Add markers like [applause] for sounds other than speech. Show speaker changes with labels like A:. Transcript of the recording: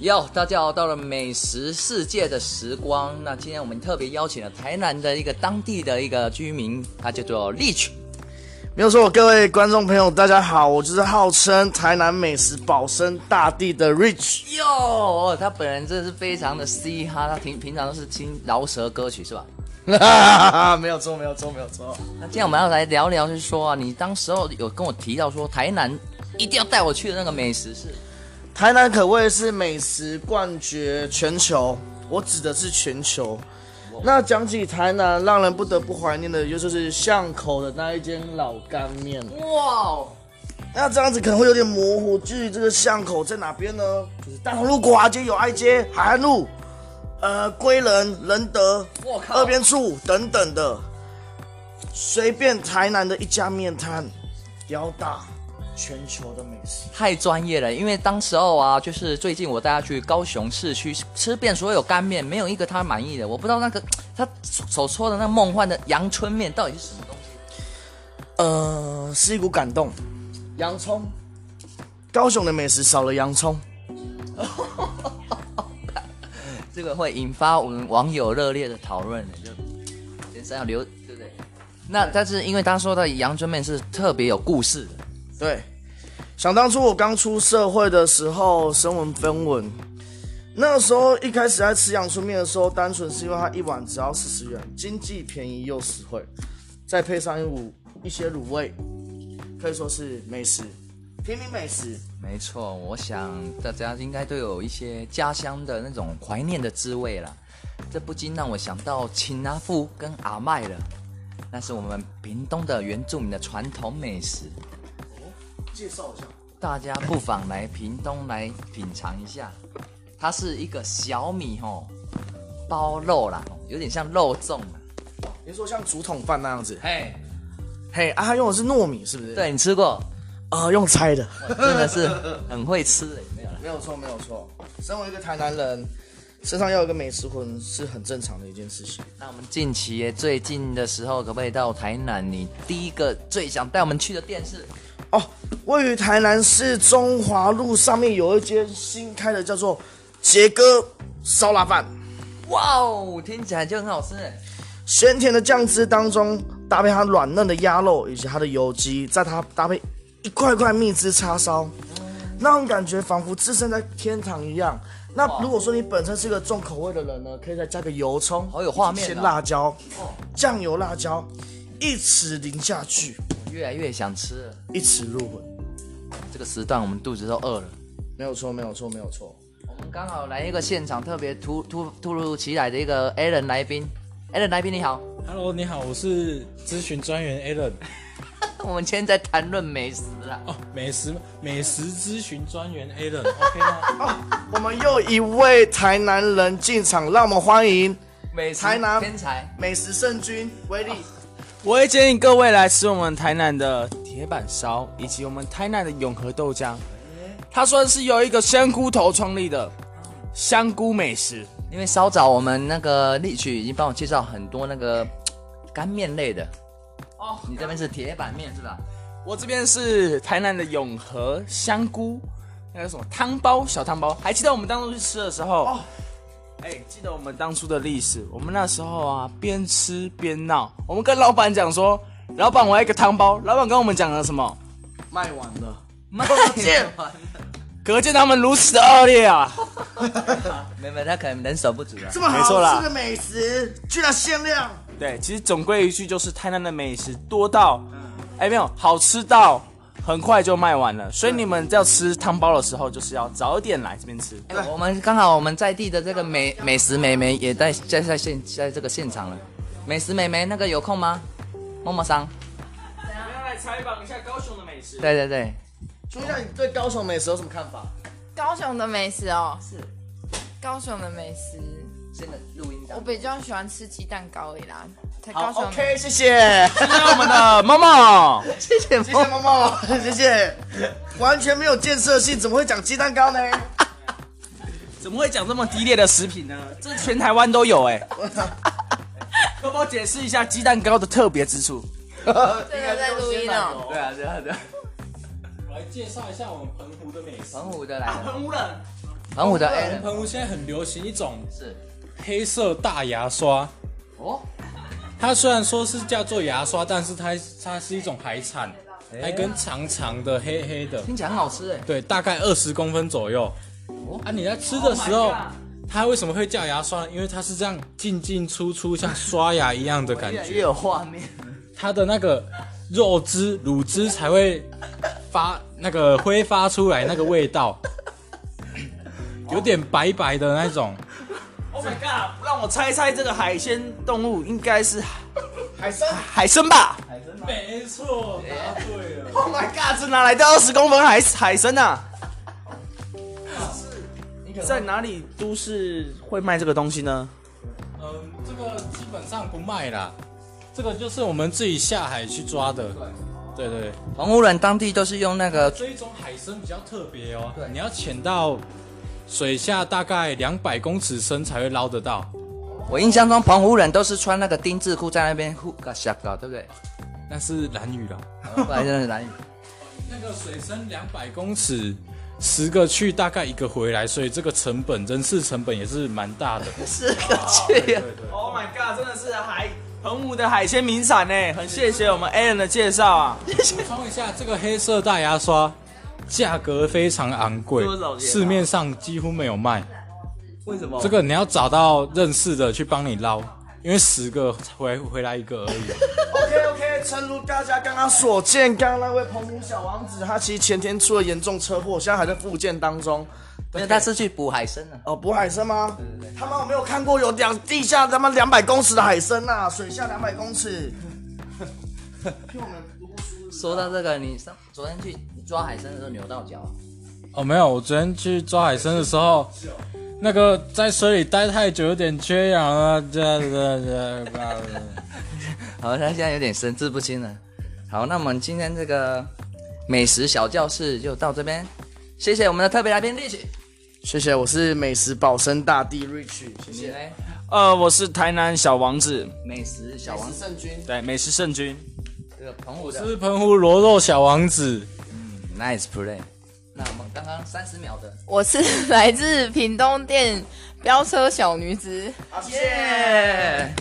A: 哟，大家好，到了美食世界的时光。那今天我们特别邀请了台南的一个当地的一个居民，他叫做 Rich。
B: 没有错，各位观众朋友，大家好，我就是号称台南美食保生大帝的 Rich。 [laughs]
A: 哟，他本人真的是非常的嘻哈，他平平常都是听饶舌歌曲是吧？
B: 没有错，没有错，没有错。
A: 那今天我们要来聊聊，是说啊，你当时候有跟我提到说台南一定要带我去的那个美食是
B: 台南可谓是美食冠绝全球，我指的是全球。那讲起台南，让人不得不怀念的，也就是巷口的那一间老干面。
A: 哇，哦
B: 那这样子可能会有点模糊，至于这个巷口在哪边呢？就是大同路、国华街、友爱街、海岸路，呃，归仁、仁德、
A: 我靠
B: 二边处等等的，随便台南的一家面摊，吊打全球的美食。
A: 太专业了，因为当时候啊，就是最近我带他去高雄市区吃遍所有干面，没有一个他满意的。我不知道那个他所说的那梦幻的阳春面到底是什么东西。
B: 呃，是一股感动。洋葱，高雄的美食少了洋葱。
A: 这个会引发我们网友热烈的讨论的，就人生要留，对不对？那但是因为他说的阳春面是特别有故事的，
B: 对，想当初我刚出社会的时候，声闻分文，那时候一开始在吃阳春面的时候，单纯是因为它一碗只要四十元，经济便宜又实惠，再配上一股一些卤味，可以说是美食，平民美食。
A: 没错，我想大家应该都有一些家乡的那种怀念的滋味啦。这不禁让我想到秦阿富跟阿麦了，那是我们屏东的原住民的传统美食，
B: 介绍一下，
A: 大家不妨来屏东来品尝一下。它是一个小米吼包肉啦，有点像肉粽啦。
B: 你说像竹筒饭那样子，
A: 嘿，
B: 嘿啊，它用的是糯米是不是？，
A: 对你吃过，
B: 呃，用猜的。
A: 真的是很会吃的，有没有啦？
B: 没有错，没有错。身为一个台南人，身上要有一个美食魂是很正常的一件事情。
A: 那我们近期耶最近的时候，可不可以到台南？你第一个最想带我们去的店是？
B: 哦，位于台南市中华路上面有一间新开的，叫做杰哥烧腊饭。
A: 哇哦，听起来就很好吃耶。
B: 咸甜的酱汁当中，搭配它软嫩的鸭肉以及它的油鸡，再它搭配一块块蜜汁叉烧，那种感觉仿佛置身在天堂一样。那如果说你本身是一个重口味的人呢，可以再加个油葱，
A: 好有画面啊
B: 鲜辣椒、酱油辣椒，一匙淋下去，
A: 我越来越想吃了。
B: 一匙入魂。
A: 这个时段我们肚子都饿了。
B: 没有错，没有错，没有错。
A: 我们刚好来一个现场特别突突突如其来的一个 a l a n 来宾 a l a n 来宾你好，
C: Hello，你好，我是咨询专员 Alan。
A: 我们今天在谈论美食啦。
C: 哦，美食美食咨询专员 Alan。OK 吗？
B: [laughs] 我们又一位台南人进场，让我们欢迎
A: 美食
B: 台南
A: 天才，
B: 美食圣君威力。
D: 啊我会建议各位来吃我们台南的铁板烧，以及我们台南的永和豆浆。它算是由一个香菇头创立的香菇美食。
A: 因为稍早我们那个丽曲已经帮我介绍很多那个干面类的。哦，你这边是铁板面是吧？
D: 我这边是台南的永和香菇，那个什么汤包小汤包，还记得我们当初去吃的时候？
B: 哦
D: 哎、记得我们当初的历史，我们那时候啊边吃边闹，我们跟老板讲说，老板我要一个汤包，老板跟我们讲了什么？
B: 卖完了，
A: 卖完
D: 可见他们如此的恶劣啊！
A: 没有没有，他可能人手不足啊
B: 这。么
D: 没错
B: 好
D: 啦
B: 吃的美食居然限量，
D: 对，其实总归一句就是台南的美食多到，哎、没有好吃到很快就卖完了，所以你们要吃汤包的时候，就是要早一点来这边吃。
A: 哎我们刚好我们在地的这个美美食美眉也在在在现在这个现场了。美食美眉那个有空吗？默默桑，
D: 我要来采访一下高雄的美食。
A: 对对对，
B: 说一下你对高雄美食有什么看法？
E: 高雄的美食哦，
A: 是
E: 高雄的美食，
A: 现在录音
E: 我比较喜欢吃鸡蛋糕而已啦。在
B: 好
E: 高雄的
B: ，OK，谢谢，
D: 今天我们的猫猫，
A: 谢谢
B: 谢谢猫猫，谢谢，完全没有建设性，怎么会讲鸡蛋糕呢？
D: 怎么会讲这么低劣的食品呢？这全台湾都有哎、 [laughs] 要不要解释一下鸡蛋糕的特别之处？
E: 这个在录音哦，
A: 对啊对啊对啊，
C: 我来介绍一下我们澎湖的美食。
D: 啊
A: 澎湖的来了，
D: 湖人，
A: 反正我的哎
C: 红
A: Allen
C: 喷雾现在很流行一种
A: 是
C: 黑色大牙刷，
A: 哦，
C: 它虽然说是叫做牙刷，但是它它是一种海产，
A: 哎
C: 还跟长长的黑黑的，
A: 听起来很好吃哎、
C: 对，大概二十公分左右。啊，你在吃的时候，它为什么会叫牙刷呢？因为它是这样进进出出，像刷牙一样的感
A: 越来
C: 觉，
A: 越有画面。
C: 它的那个肉汁、乳汁才会发那个挥发出来那个味道，有点白白的那种。
D: Oh my god！让我猜猜这个海鲜动物应该是
B: 海参
D: 海参吧
C: 没错，答对了。
D: ？Oh my god！这哪来的二十公分海海参啊？在哪里都市会卖这个东西呢？
C: 嗯，这个基本上不卖啦，这个就是我们自己下海去抓的。对对对，
A: 澎湖人当地都是用那个
C: 这一种海参比较特别哦
A: 对，
C: 你要潜到水下大概两百公尺深才会捞得到。
A: 我印象中，澎湖人都是穿那个丁字裤在那边呼嘎下嘎，对不对？
C: 那是蓝鱼啦，
A: 不然真的难以。
C: 那个水深两百公尺，十个去大概一个回来，所以这个成本人事成本也是蛮大 [laughs] 的。
A: 是个去啊！
D: Oh my god！真的是海澎湖的海鲜名产呢，很谢谢我们 Alan 的介绍啊。
C: 补充一下，这个黑色大牙刷价格非常昂贵
D: 多少，钱啊
C: 市面上几乎没有卖。
D: 为什么
C: 这个你要找到认识的去帮你捞，因为十个回回来一个而已。
B: OK OK，诚如大家刚刚所见，刚刚那位澎湖小王子，他其实前天出了严重车祸，现在还在复健当中。
A: 没有，他是去捕海参的。
B: 哦，捕海参吗？他妈我没有看过有两地下他妈两百公尺的海参呐、水下两百公尺。
A: 说到这个，你上昨天去抓海参的时候扭到脚，啊
C: 哦，没有，我昨天去抓海参的时候，那个在水里待太久，有点缺氧了，这这啊这。这
A: 好，他现在有点神志不清了。好，那我们今天这个美食小教室就到这边，谢谢我们的特别来宾 Rich。
B: 谢谢，我是美食保生大帝 Rich，谢
A: 你。嘞，
D: 呃，我是台南小王子，
A: 哎美食小王，
B: 胜军，
D: 对，美食圣君。
A: 这个澎湖
C: 我
A: 的
C: 是澎湖螺肉小王子，
A: Nice Play。那我们刚刚三十秒的，
E: 我是 [laughs] 来自屏东店飙车小女子。
B: 谢谢。
A: 耶、